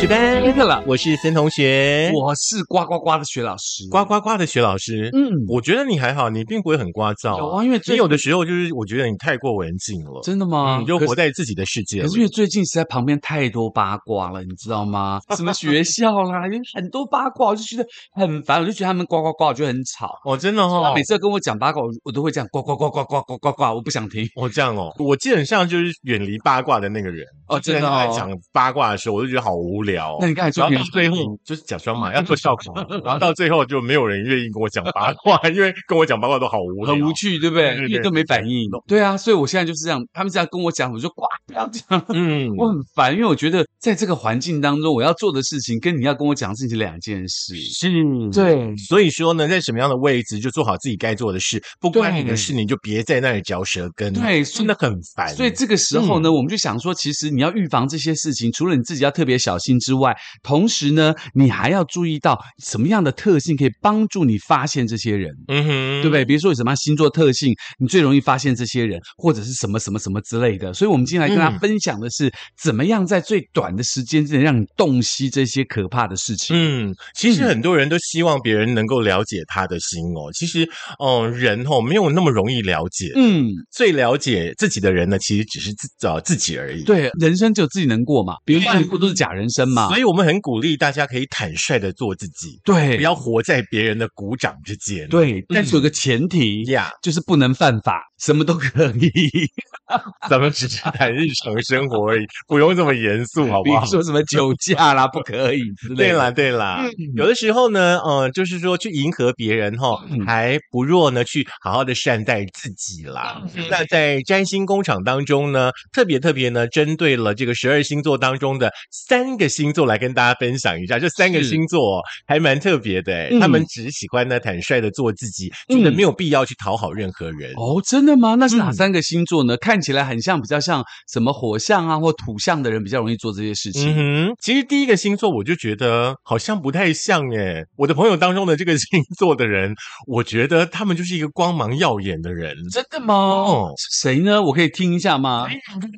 值班开课了，我是森同学，嗯我是呱呱呱的学老师，呱呱呱的学老师。嗯，我觉得你还好，你并不会很聒噪、有啊，因为你最有的时候就是，我觉得你太过文静了，真的吗？你就活可是。在自己的世界可里是。因为最近实在旁边太多八卦了，你知道吗？什么学校啦，有很多八卦，我就觉得很烦，我就觉得他们呱呱呱，我觉得很吵。哦，真的他哦每，次跟我讲八卦，我我都会这样呱呱呱呱呱呱呱呱，我不想听。哦这样哦，我基本上就是远离八卦的那个人。哦就是真的哦在讲八卦的时候，我就觉得好无聊、那你刚才然说后你到最后就是假装嗯嘛，要做效 果，然后到最后就没有人愿意跟我讲八卦，因为跟我讲八卦都好无聊，很无。趣，对不对对？对因为都没反应。对啊，所以我现在就是这样，他们这样跟我讲，我就呱，不要这样。嗯，我很烦，因为我觉得在这个环境当中，我要做的事情跟你要跟我讲的事情是两件事。是，对所以说呢，在什么样的位置就做好自己该做的事，不关你的事，你就别在那里嚼舌根，对所以真的很烦。欸嗯所以这个时候呢，我们就想说，其实你要预防这些事情，除了你自己要特别小心之外，同时呢，你还要注意到什么样的特性可以帮助你发现这些人。嗯哼，对不对？？比如说有什么样星座特性，你最容易发现这些人，或者是什么什么什么之类的。所以，我们今天来跟大嗯家分享的是，怎么样在最短的时间之内让你洞悉这些可怕的事情。嗯，其实嗯很多人都希望别人能够了解他的心哦。其实，哦、人哦没有那么容易了解，嗯，最了解自己的人呢，其实只是自呃自己而已。。对，人生只有自己能过嘛，别人帮你过都是假人生嘛所。以我们很鼓励大家可以坦率的做自己，不对，要嗯活在别人的鼓掌之间。对，但是有个前提，呀，就是不能犯法，什么都可以。啊咱们只是谈日常生活而已，不用这么严 肃，好比不好如？说什么酒驾啦，不可以之类对啦，的。对啦，有的时候呢，呃，就是说去迎合别人哈、嗯还不若呢去好好的善待自己啦。嗯那在占星工厂当中呢，特别特别呢，针对了这个十二星座当中的三个星座来跟大家分享一下。这三个是星座、哦、还蛮特别的、欸，嗯他们只喜欢呢坦率的做自己，觉得嗯没有必要去讨好任何人。哦，真的吗？那是哪嗯三个星座呢？看起来很像，比较像什么火象啊或土象的人比较容易做这些事嗯情。哼，其实第一个星座我就觉得好像不太像诶，我的朋友当中的这个星座的人，我觉得他们就是一个光芒耀眼的人，真的吗？哦是谁呢？我可以听一下吗？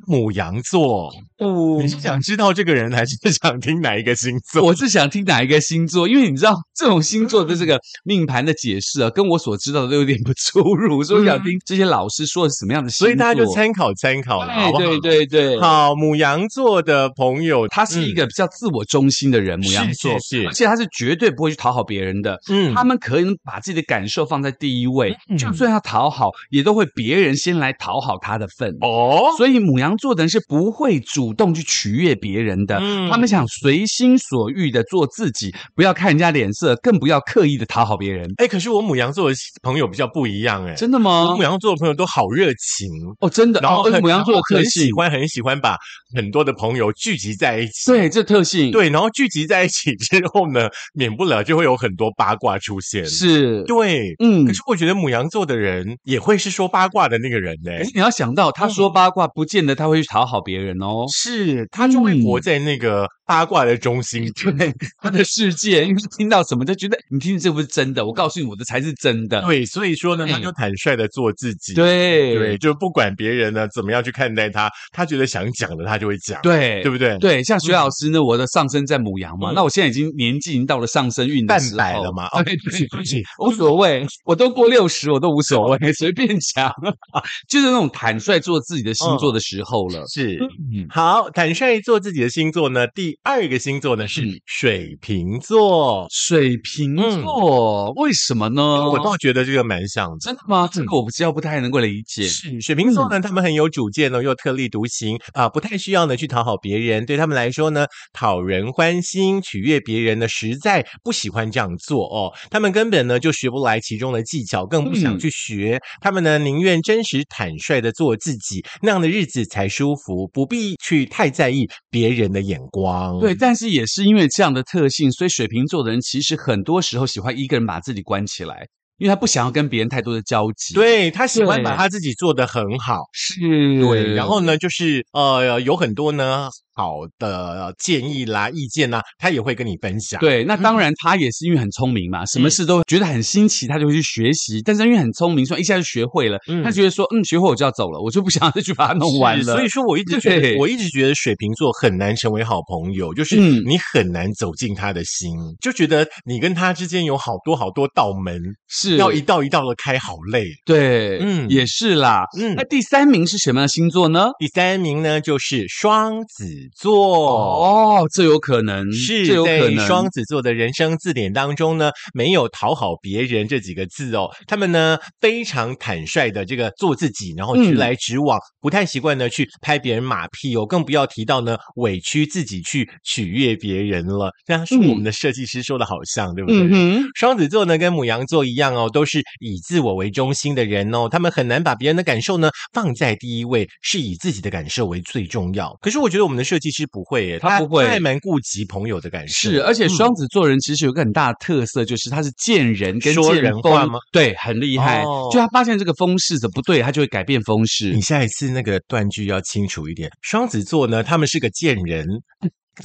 母羊座。哦你是想知道这个人，还是想听哪一个星座？我是想听哪一个星座，因为你知道这种星座的这个命盘的解释啊，跟我所知道的都有点不出入，所以我想听这些老师说的是什么样的星嗯座。所以大家就参考参考了，好不好？对对对对，好，母羊座的朋友，他是一个比较自我中心的人，母羊座，嗯是是是而且他是绝对不会去讨好别人的。嗯，他们可能把自己的感受放在第一位，嗯就算要讨好，也都会别人先来讨好他的份。哦，所以母羊座的人是不会主动去取悦别人的，嗯他们想随心所欲的做自己，不要看人家脸色，更不要刻意的讨好别人。哎，可是我母羊座的朋友比较不一样哎，真的吗我母？羊座的朋友都好热情，哦，真的。然后哦而且很母羊座的然后特很性喜，欢很喜欢把很多的朋友聚集在一起。对这特性，，对，然后聚集在一起之后呢，免不了就会有很多八卦出现。，是，对。嗯可。是我觉得母羊座的人也会是说八卦的那个人呢、可是你要想到，嗯他说八卦，不见得他会去讨好别人哦。是他就会嗯活在那个八卦的中心点。对他的世界，因为听到什么就觉得你听这不是真的，我告诉你，我的才是真的。 对，所以说呢，他对就坦率的做自己。嗯对对，就不管别人呢怎么样去看待他，他觉得想讲的他就会讲，对对不对？对，像徐老师呢，我的上身在母羊嘛，嗯那我现在已经年纪已经到了上身运的半时候百了嘛，哦， 对对不起，对不起，无所谓，我都过六十，我都无所谓，随便讲， 就是那种坦率做自己的星座的时候了。嗯是。嗯，好，坦率做自己的星座呢，第二个星座呢嗯是水瓶座。水瓶座、为什么呢？我倒嗯觉得嗯这个蛮像的。真的吗？这个我比较不太能够理解。是水瓶座呢，嗯他们很有主见哦呢，又特立独行啊、不太需要呢去讨好别人。对他们来说呢，讨人欢心、取悦别人呢，实在不喜欢这样做哦。他们根本呢就学不来其中的技巧，更不想嗯去学。他们呢宁愿真实坦率的做自己，那样的日子才舒服，不必去太在意别人的眼光。对，但是也是因为这样的特性，所以水瓶座的人其实很多时候喜欢一个人把自己关起来，因为他不想要跟别人太多的交集。，对他喜欢把对他自己做得很好，是，然后呢，就是呃，有很多呢好的建议啦、意见啦，他也会跟你分享。对，那当然他也是因为很聪明嘛，什嗯么事都觉得很新奇，他就会去学习。但是因为很聪明，所以一下就学会了。嗯他觉得说，嗯，学会我就要走了，我就不想要再去把它弄完是了。所以说，我一直觉得，对我一直觉得水瓶座很难成为好朋友，就是嗯你很难走进他的心，就觉得你跟他之间有好多好多道门，是要一道一道的开，好累。对，嗯嗯，也是啦。嗯那，第三名是什么样的星座呢？第三名呢就是双子座。哦，这有可能，这是有可在能。双子座的人生字典当中呢，没有讨好别人这几个字哦。他们呢非常坦率的这个做自己，然后直嗯来直往，不太习惯呢去拍别人马屁哦，更不要提到呢委屈自己去取悦别人了。那是我们的设计师说的好像，对不对？嗯哼，双子座呢，跟母羊座一样哦，都是以自我为中心的人哦。他们很难把别人的感受呢放在第一位，是以自己的感受为最重要。可是我觉得我们的设计师不会耶，他不会还蛮顾及朋友的感受。是，啊而且嗯双子座人其实有个很大的特色，就是他是见人跟说见人风话吗对，很厉害。哦就他发现这个风势的不对，他就会改变风势你。下一次那个断句要清楚一点。双子座呢，他们是个贱 人，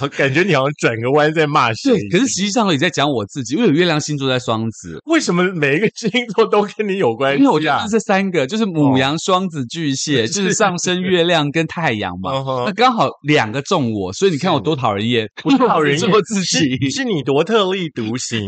我感觉你好像转个弯在骂谁。对，可是实际上也在讲我自己，因为有月亮星座在双子，为什么每一个星座都跟你有关因系、为啊？我觉得就是这三个，哦就是母羊、双子、 巨蟹，就是上升月亮跟太阳嘛。嗯哼那刚好两个中我，所以你看我多讨人厌，不是好人人厌做自己。是是你多特立独 行。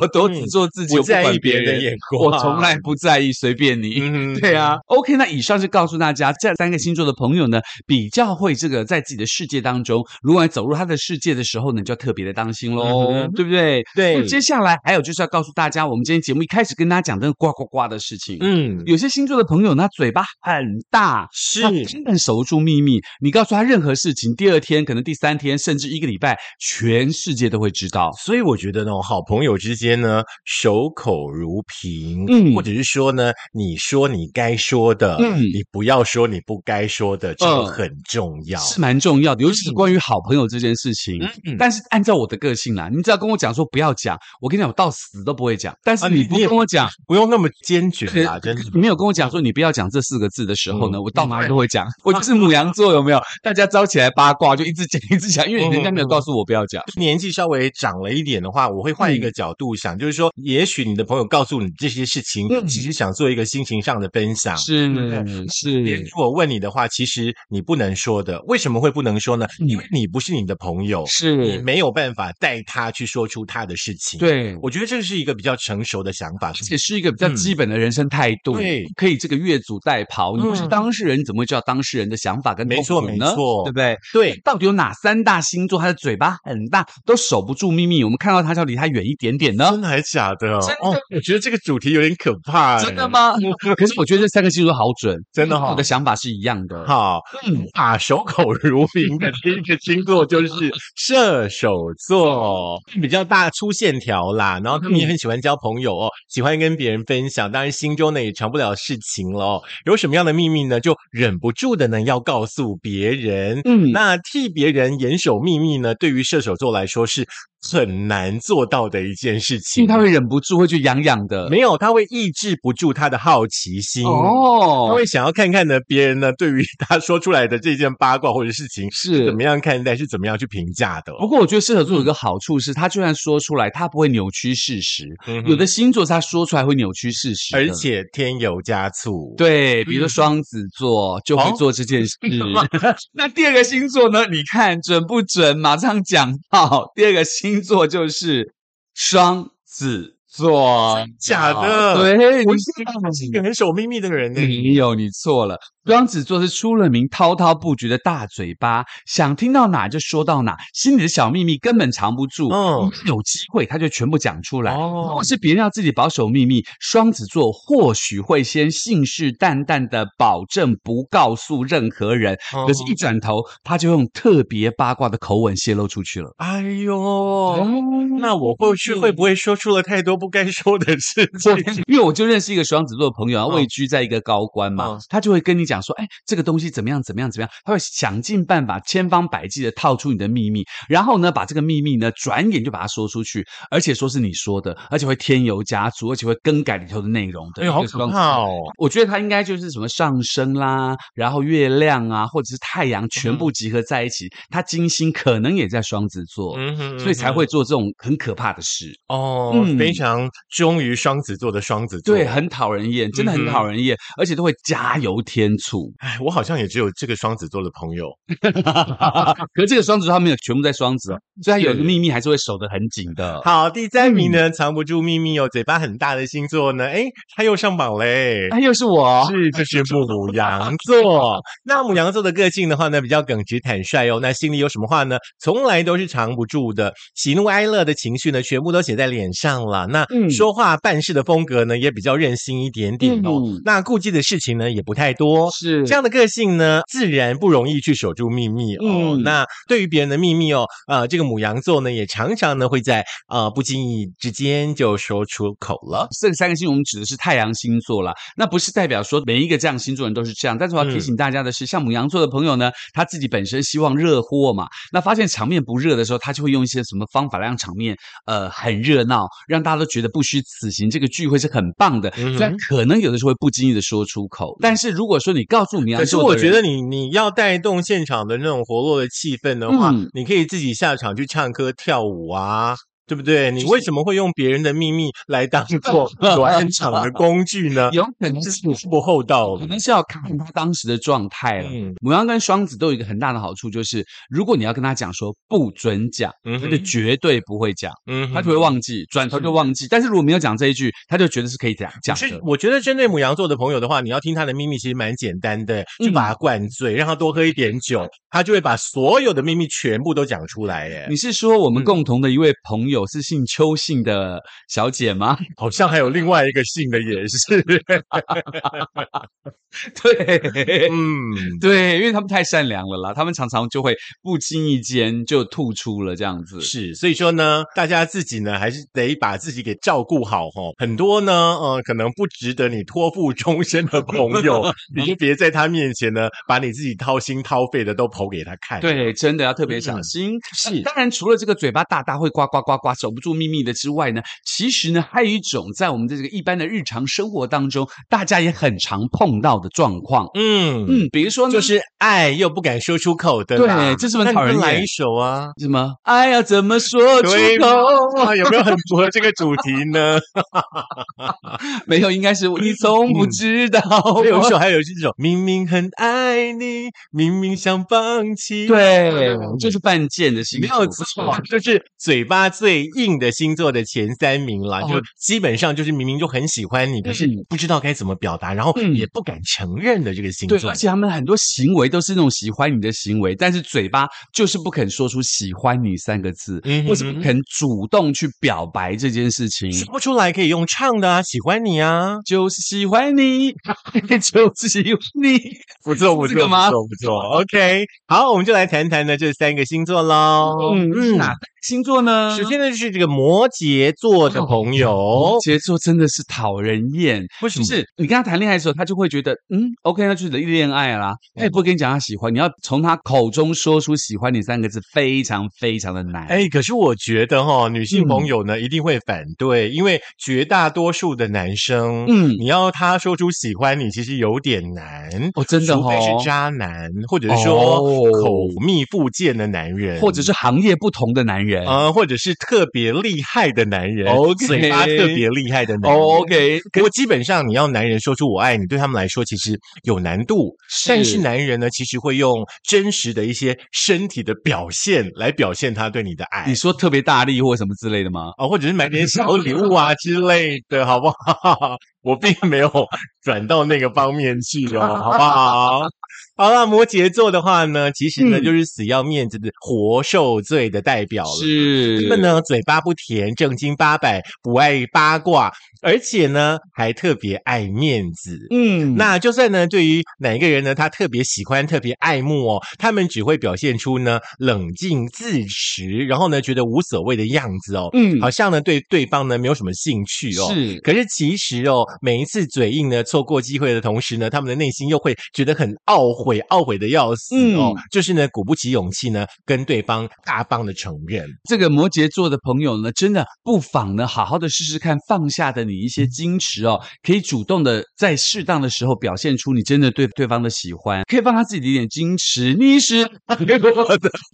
我都只做自嗯己，我不不在意管别人的人眼光我从来不在意，随便你。嗯 对啊，OK，那以上就告诉大家，这三个星座的朋友呢，比较会这个在自己的世界当中，如果走入他的世界的时候呢，你就要特别的当心喽，嗯哼对不对？对那接下来还有就是要告诉大家，我们今天节目一开始跟大家讲这个呱呱呱的事情。嗯，有些星座的朋友呢，嘴巴很大，是他真的守不住秘密。你告诉他任何事情，第二天、可能第三天，甚至一个礼拜，全世界都会知道。所以我觉得呢，好朋友之间呢，守口如瓶，嗯或者是说呢，你说你该说的，嗯你不要说你不该说的，这个嗯很重要。是蛮重要的，尤其是关于好朋友这件事情。嗯但是按照我的个性啦，你只要跟我讲说不要讲，我跟你讲，我到死都不会讲。但啊是你你不你也跟我讲，不用那么坚决可啦，真的。你没有跟我讲说你不要讲这四个字的时候呢，嗯我到哪里都会讲。 我就是母羊座，有没有？大家招起来八卦就一直讲一直讲，嗯因为人家没有告诉我不要讲。年纪稍微长了一点的话，我会换一嗯个角度想，就是说，也许你的朋友告诉你这些事情，嗯只是想做一个心情上的分享。嗯是别人是如果问你的话，其实你不能说的。为什么会不能说呢？嗯因为你不是你的朋友，你是，没有办法带他去说出他的事情。，对。我觉得这是一个比较成熟的想法。也是一个比较基本的人生态度，嗯对可以这个越俎代庖。你不是嗯当事人，你怎么会知道当事人的想法跟没痛错苦没呢错对不对？对，到底有哪三大星座，他的嘴巴很大，都守不住秘密？我们看到他就要离他远一点点呢？真的还假的？真的哦，我觉得这个主题有点可怕、哎真 的？吗？可是我觉得这三个星座好准，啊真的跟哈、我的想法是一样的。好， 嗯，啊，守口如 瓶的第一个星座就是射手哦座，比较大粗线条啦。然后他们嗯也很喜欢交朋友哦，喜欢跟别人分享，当然心中呢也藏不了事情了哦。有什么样的秘密呢？就忍不住的呢要告诉别人。嗯那替别人严守秘密呢，对于射手座来说是很难做到的一件事因情。为他会忍不住会去痒痒的。没有，他会抑制不住他的好奇心。他哦，会想要看看呢，别人呢对于他说出来的这件八卦或者事情是哦怎么样看待，是怎么样去评价的。不过我觉得射手座有一个好处是，他就算说出来，他不会扭曲事实。嗯哼有的星座他说出来会扭曲事实的，而且添油加醋。，对，比如说双子座就会嗯哦做这件 事。 那第二个星座呢？你看准不准？马上讲到，第二个星座就是双子座，哦假的对，我你是一 嗯个很守秘密的人呢。没有，你错了。双子座是出了名滔滔不绝的大嘴巴，想听到哪就说到哪，心里的小秘密根本藏不住。嗯嗯，有机会他就全部讲出来。如哦果，是别人要自己保守秘密，双子座或许会先信誓旦旦的保证不告诉任何人，哦可是，一转头他就用特别八卦的口吻泄露出去了。哎哦呦，那我过去会不会说出了太多不该说的事情？ 因为我就认识一个双子座的朋友啊，嗯位居在一个高官嘛，嗯他就会跟你讲讲说，哎，这个东西怎么样怎么样怎么样，他会想尽办法，千方百计的套出你的秘密，然后呢，把这个秘密呢，转眼就把它说出去，而且说是你说的，而且会添油加醋，而且会更改里头的内容的。哎呦，好就是可让怕哦！我觉得它应该就是什么上升啦，然后月亮啊，或者是太嗯阳全部集合在一起。它金星可能也在双子座，嗯哼所以才嗯哼会做这种很可怕的事。哦，嗯非常忠于双子座的双子座。对，很讨人厌，真的很讨人厌，而且都会加油添醋。哎，我好像也只有这个双子座的朋友。啊可是这个双子座他没有全部在双子哦，所以他有一个秘密还是会守得很紧的。好，第三嗯名呢，藏不住秘密哦，嘴巴很大的星座呢，哎，他又上榜嘞。哎，又是我，是， 就是母羊座。那母羊座的个性的话呢，比较耿直坦率哦。那心里有什么话呢，从来都是藏不住的。喜怒哀乐的情绪呢，全部都写在脸上了。那嗯说话办事的风格呢，也比较任性一点点哦。嗯那顾忌的事情呢，也不太多。是这样的个性呢，自然不容易去守住秘密哦。嗯那对于别人的秘密哦，呃，这个母羊座呢，也常常呢会在呃不经意之间就说出口了。这三个星我们指的是太阳星座啦，那不是代表说每一个这样星座人都是这样。但是我要嗯提醒大家的是，像母羊座的朋友呢，他自己本身希望热乎嘛，那发现场面不热的时候，他就会用一些什么方法让场面呃很热闹，让大家都觉得不虚此行，这个聚会是很棒的。嗯哼虽然可能有的时候会不经意的说出口，但是如果说你告诉母羊可是座我的人觉得你你要带动现场的那种活络的气氛的话，嗯你可以自己下场去唱歌跳舞啊。对不对？你为什么会用别人的秘密来当 做暖场的工具呢？啊有可能是不厚道可了。能是要看他当时的状态了。嗯母羊跟双子都有一个很大的好处，就是如果你要跟他讲说不准讲，嗯他就哼绝对不会讲。嗯哼，他就会忘记，转头就忘记。但是如果没有讲这一句，他就觉得是可以讲讲是的。我觉得针对母羊座的朋友的话，你要听他的秘密其实蛮简单的，就嗯把他灌醉，让他多喝一点酒，他就会把所有的秘密全部都讲出来。耶，你是说我嗯们共同的一位朋友是姓邱姓的小 姐吗？好像还有另外一个姓的也 是，对。嗯。对，因为他们太善良了啦，他们常常就会不经意间就吐出了这样子。是，所以说呢，大家自己呢还是得把自己给照顾好哦。很多呢，呃，可能不值得你托付终身的朋 友，你就别在他面前呢，把你自己掏心掏肺的都剖给他看。，对，真的要特别嗯小心。那是当然，除了这个嘴巴大大会呱呱呱呱守不住秘密的之外呢，其实呢，还有一种在我们的这个一般的日常生活当中，大家也很常碰到的状况。嗯嗯，比如说呢，就是爱又不敢说出口的对啦，这是不是那很你就讨人来厌一首 啊。什么？爱要哎怎么说出对口？哇，有没有很符合这个主题 呢？没有，应该是你从不知道。有一首，还有一首，明明很爱你，明明想放弃。。 对，就是犯贱的星没座，有错，就是嘴巴最硬的星座的前三名了，哦就基本上就是明明就很喜欢你，可是嗯不知道该怎么表达，然后嗯也不敢承认的这个星对，座而。且他们很多行为都是那种喜欢你的行为，但是嘴巴就是不肯说出“喜欢你”三个字，嗯哼或是不肯主动去表白这件事情。说不出来可以用唱的啊，喜欢你啊，就是喜 欢你，就是喜欢你。不错是这个吗不错，OK，好，我们就来谈谈呢这三个星座喽。嗯，哪星座呢？首先呢就是这个摩羯座的朋友摩，羯座真的是讨人厌，为什就么？是你跟他谈恋爱的时候，他就会觉得，嗯，OK，那就是恋爱啦。他嗯也不会跟你讲他喜欢，你要从他口中说出“喜欢你”三个字，非常非常的难。哎，可是我觉得哈、女嗯性朋友呢、一定会反对，因为绝大多数的男生，嗯你要他说出喜欢你，其实有点难。哦，真的除非哦是，渣男，或者是说哦口蜜腹剑的男人，或者是行业不同的男人。呃，或者是特别厉害的男人 OK 嘴巴特别厉害的男人。哦，OK，不过基本上你要男人说出“我爱你”，对他们来说其实有难度。但是男人呢，其实会用真实的一些身体的表现来表现他对你的爱你。说特别大力或什么之类的吗？啊，或者是买点小礼物 啊之类的，好不好？我并没有转到那个方面去哦，好不好？好啦，摩羯座的话呢，其实呢、嗯就是死要面子的活受罪的代表了。是他们呢，嘴巴不甜，正经八百，不爱八卦，而且呢，还特别爱面子。嗯，那就算呢，对于哪一个人呢，他特别喜欢、特别爱慕哦，他们只会表现出呢冷静自持，然后呢觉得无所谓的样子哦，嗯好像呢对对方呢没有什么兴趣哦。是可是其实哦，每一次嘴硬呢，错过机会的同时呢，他们的内心又会觉得很懊悔，懊悔的要死哦。嗯就是呢，鼓不起勇气呢，跟对方大方的承认。这个摩羯座的朋友呢，真的不妨呢，好好的试试看放下的你一些矜持哦，可以主动的在适当的时候表现出你真的对对方的喜欢，可以放下自己的一点矜持、逆时，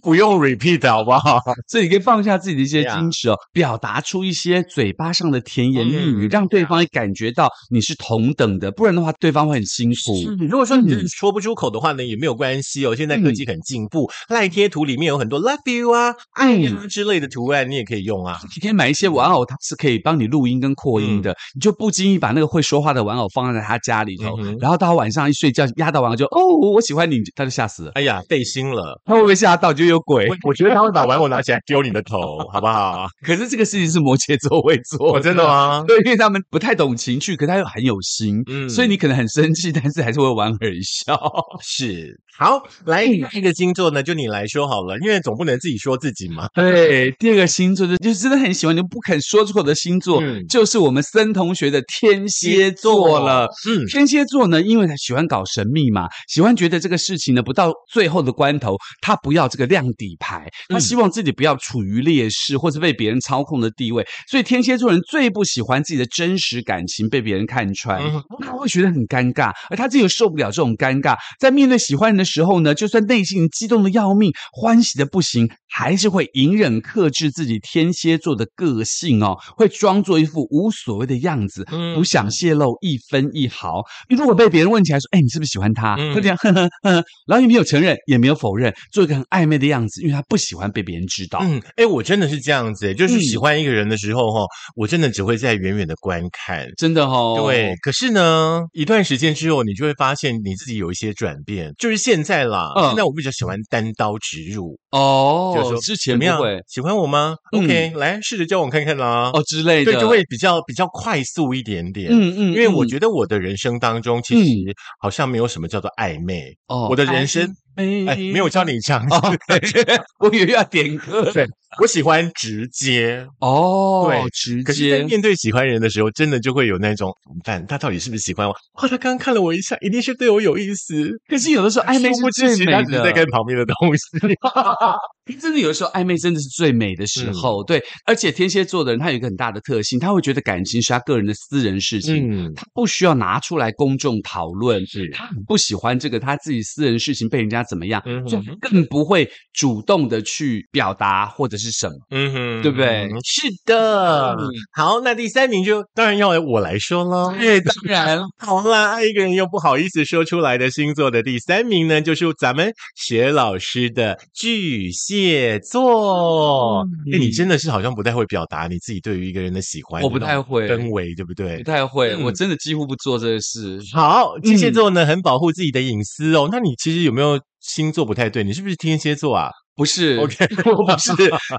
不用 repeat 好不好？ 所以你可以放下自己的一些对啊矜持哦，表达出一些嘴巴上的甜言蜜语，嗯让对方也感觉到你是同等的，不然的话对方会很辛苦。如果说你嗯说不出口的话呢，也没有关系哦。现在科技很进步，赖贴图里面有很多 love you 啊、爱呀、之类的图案，你也可以用啊。你可以买一些玩偶，它是可以帮你录音跟扩音的，嗯你就不经意把那个会说话的玩偶放在他家里头，嗯哼然后到晚上一睡觉，压到玩偶就哦，我喜欢你，他就吓死 了，哎呀，费心了。他会不会吓到就有鬼？哎我觉得他会把玩偶拿起来丢你的 头，好不好？可是这个事情是摩羯座会做，我真的？吗？ 对，因为他们不太懂情趣，可他又很有心，嗯所以你可能很生气，但是还是会莞尔一笑。 是好，来下一个星座呢，就你来说好了，因为总不能自己说自己嘛。对，第二个星座就就是真的很喜欢，你不肯说出口的星座，嗯就是我们森同学的天蝎座了。嗯，天蝎座呢，因为他喜欢搞神秘嘛，喜欢觉得这个事情呢不到最后的关头，他不要这个亮底牌，他嗯希望自己不要处于劣势或是被别人操控的地位，所以天蝎座人最不喜欢自己的真实感情被别人看穿。嗯他会觉得很尴尬，而他自己又受不了这种尴尬，在面对喜欢人的时候呢，就算内心激动的要命，欢喜的不行，还是会隐忍克制自己天蝎座的个性哦，会装作一副无所谓的样子，嗯不想泄露一分一毫。如果被别人问起来说：“哎，你是不是喜欢他？”嗯他这样呵呵呵，然后也没有承认，也没有否认，做一个很暧昧的样子，因为他不喜欢被别人知道。嗯，哎，我真的是这样子，哎就是嗯喜欢一个人的时候哈、我真的只会在远远的观看。真的哦，对，可是呢，一段时间之后，你就会发现你自己有一些转变，就是现在啦。嗯现在我比较喜欢单刀直入，就是哦说，之怎前么不样会，喜欢我吗嗯？OK，来试着交往看看啦。哦之类的，对，就会比较比较快速一点点。嗯嗯，因为我嗯觉得我的人生当中，其实好像没有什么叫做暧昧。哦我的人生，暧昧哎，没有教你唱，嗯哦， 我以为要点歌。对 我喜欢直接。哦，对直可是，在接面对喜欢人的时候，真的就会有那种怎么办？他到底是不是喜欢我？ 哇，他刚刚看了我一下，一定是对我有意思。可是有的时候暧昧殊不是知最其实他美只是在的跟，旁边的东西。 真的有的时候暧昧真的是最美的嗯时候。对，而且天蝎座的人他有一个很大的特性，他会觉得感情是他个人的私人事情，嗯，他不需要拿出来公众讨论。是他很不喜欢这个他自己私人事情被人家怎么样， 嗯哼就更不会主动的去表达或者是什么。嗯哼对不对是的嗯。好，那第三名就当然要我来说喽。哎，当然了， 好啦，爱一个人又不好意思说出来的星座的第三名呢，就是咱们雪老师的巨蟹座。嗯哎、你真的是好像不太会表达你自己对于一个人的喜欢，我不太会氛围，对不对不？太会，嗯我真的几乎不做这个事。好，巨蟹座嗯呢、很保护自己的隐私哦。那你其实有没有星座不太对？你是不是天蝎座啊？不是 OK 我不是，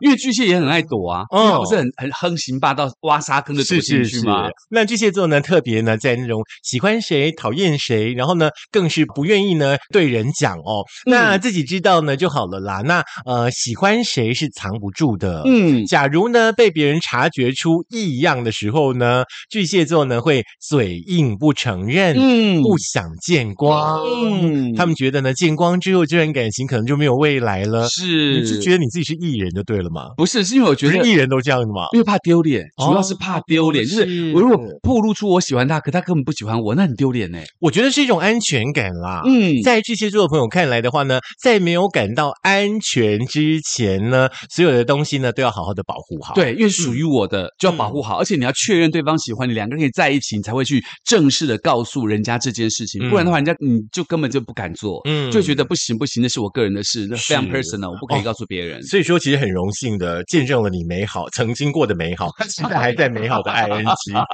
因为巨蟹也很爱躲啊，嗯因为它不是很很横行霸道、挖沙坑的躲进去吗？那巨蟹座呢，特别呢在那种喜欢谁、讨厌谁，然后呢更是不愿意呢对人讲哦。嗯那自己知道呢就好了啦。那呃，喜欢谁是藏不住的。嗯，假如呢被别人察觉出异样的时候呢，巨蟹座呢会嘴硬不承认，嗯不想见光。嗯他们觉得呢，见光之后，这段感情可能就没有未来了。是你是觉得你自己是艺人就对了嘛？不是？是因为我觉不得是。艺人都这样的嘛？因为怕丢脸，哦主要是怕丢脸。就是是我如果暴露出我喜欢他，可他根本不喜欢我，那很丢脸呢。我觉得是一种安全感啦。嗯在巨蟹座的朋友看来的话呢，在没有感到安全之前呢，所有的东西呢都要好好的保护好。，对，因为属嗯于我的就要保护好，而且你要确认对方喜欢你，两个人可以在一起，你才会去正式的告诉人家这件事情。嗯不然的话，人家你就根本就不敢做，嗯就觉得不行不行，那是我个人的事，那非常是哦 personal 我不可以告诉别人。所以说，其实很荣幸的见证了你美好曾经过的 美好，现在还在美好的 ING。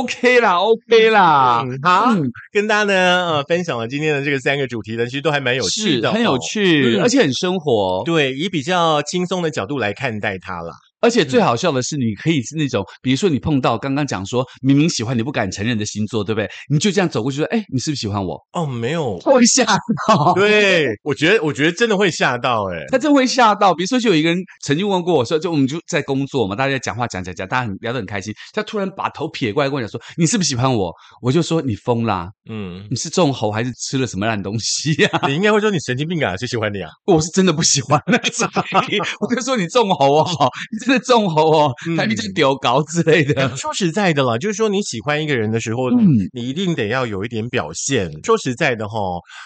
OK 啦，OK 啦，嗯，好，跟大家呢呃分享了今天的这个三个主题呢，其实都还蛮有趣是的，哦嗯很有。趣，而且很生活。对，以比较轻松的角度来看待它啦。而且最好笑的是，你可以是那种，比如说你碰到刚刚讲说明明喜欢你不敢承认的星座，对不对？你就这样走过去说：“哎，你是不是喜欢我哦，没？”有，他会吓 到，对，我觉得我觉得真的会吓到哎、他真会吓到。比如说，就有一个人曾经问过我说，就我们就在工作嘛，大家讲话讲讲讲，大家很聊得很开心，他突然把头撇过来跟我讲说：“你是不是喜欢我？”我就说：“你疯啦！ 嗯，你是中猴还是吃了什么烂东西呀、 你应该会说你神经病啊，谁喜欢你啊？我是真的不喜欢那种， 我就说你中猴哦，你真的中猴哦，嗯台币在丢搞之类的。呃说实在的啦，就是说你喜欢一个人的时候，嗯你一定得要有一点表现。说实在的哈，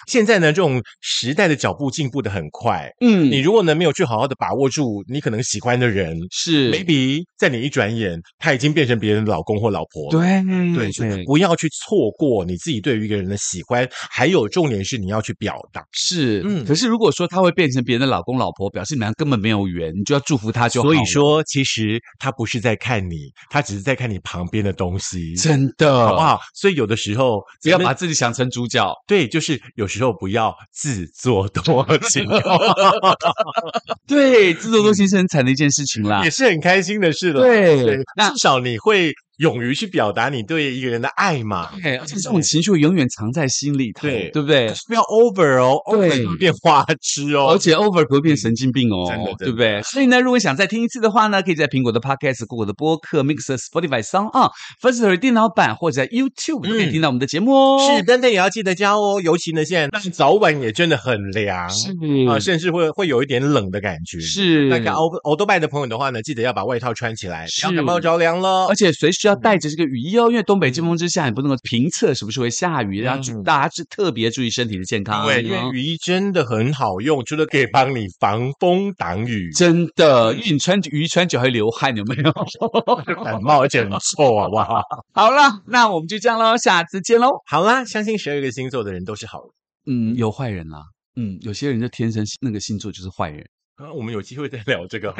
现在呢，这种时代的脚步进步的很快，嗯，你如果呢没有去好好的把握住你可能喜欢的人是，maybe 在你一转眼，他已经变成别人的老公或老婆了。对对，所以不要去错过你自己对于一个人的喜欢，还有重点是你要去表达。是，嗯可是如果说他会变成别人的老公老婆，表示你们俩根本没有缘，你就要祝福他就好。所以，说，其实他不是在看你，他只是在看你旁边的东西，真的好不好？所以有的时候不要咱们嗯把自己想成主角。对，就是有时候不要自作多 情，对，自作多情是很惨的一件事情啦嗯 也。是很开心的事了。对那至少你会勇于去表达你对一个人的爱嘛。哎对，而且这种情绪永远藏在心里头，嗯对对不对可？是不要 over 哦对，over 会变花痴哦。而且 over 不会变神经病哦，真的真的对不对？所以呢，如果想再听一次的话呢，可以在苹果的 Podcast、Google 的播客、Mixer、Spotify、s o n g On、First Story 电脑版或者在 YouTube 都可嗯以听到我们的节目哦。是，但但也要记得加哦，尤其呢，现在早晚也真的很凉，是啊，甚至会会有一点冷的感觉。嗯是那个欧欧多拜的朋友的话呢，记得要把外套穿起来，是不要感冒着凉了而。且随时要嗯带着这个雨衣哦，因为东北季风之下，你不能够评测是不是会下雨，然后嗯大家是特别注意身体的健康。嗯对，因为雨衣真的很好用，除了可以帮你防风挡雨， 真的，因为你穿雨衣穿久还会流汗，有没 有？感哎冒而且很臭，好不好？好了，那我们就这样喽，下次见喽。好啦，相信十二个星座的人都是好人。嗯，有坏人啦、嗯，有些人就天生那个星座就是坏人。 啊我们有机会再聊这个。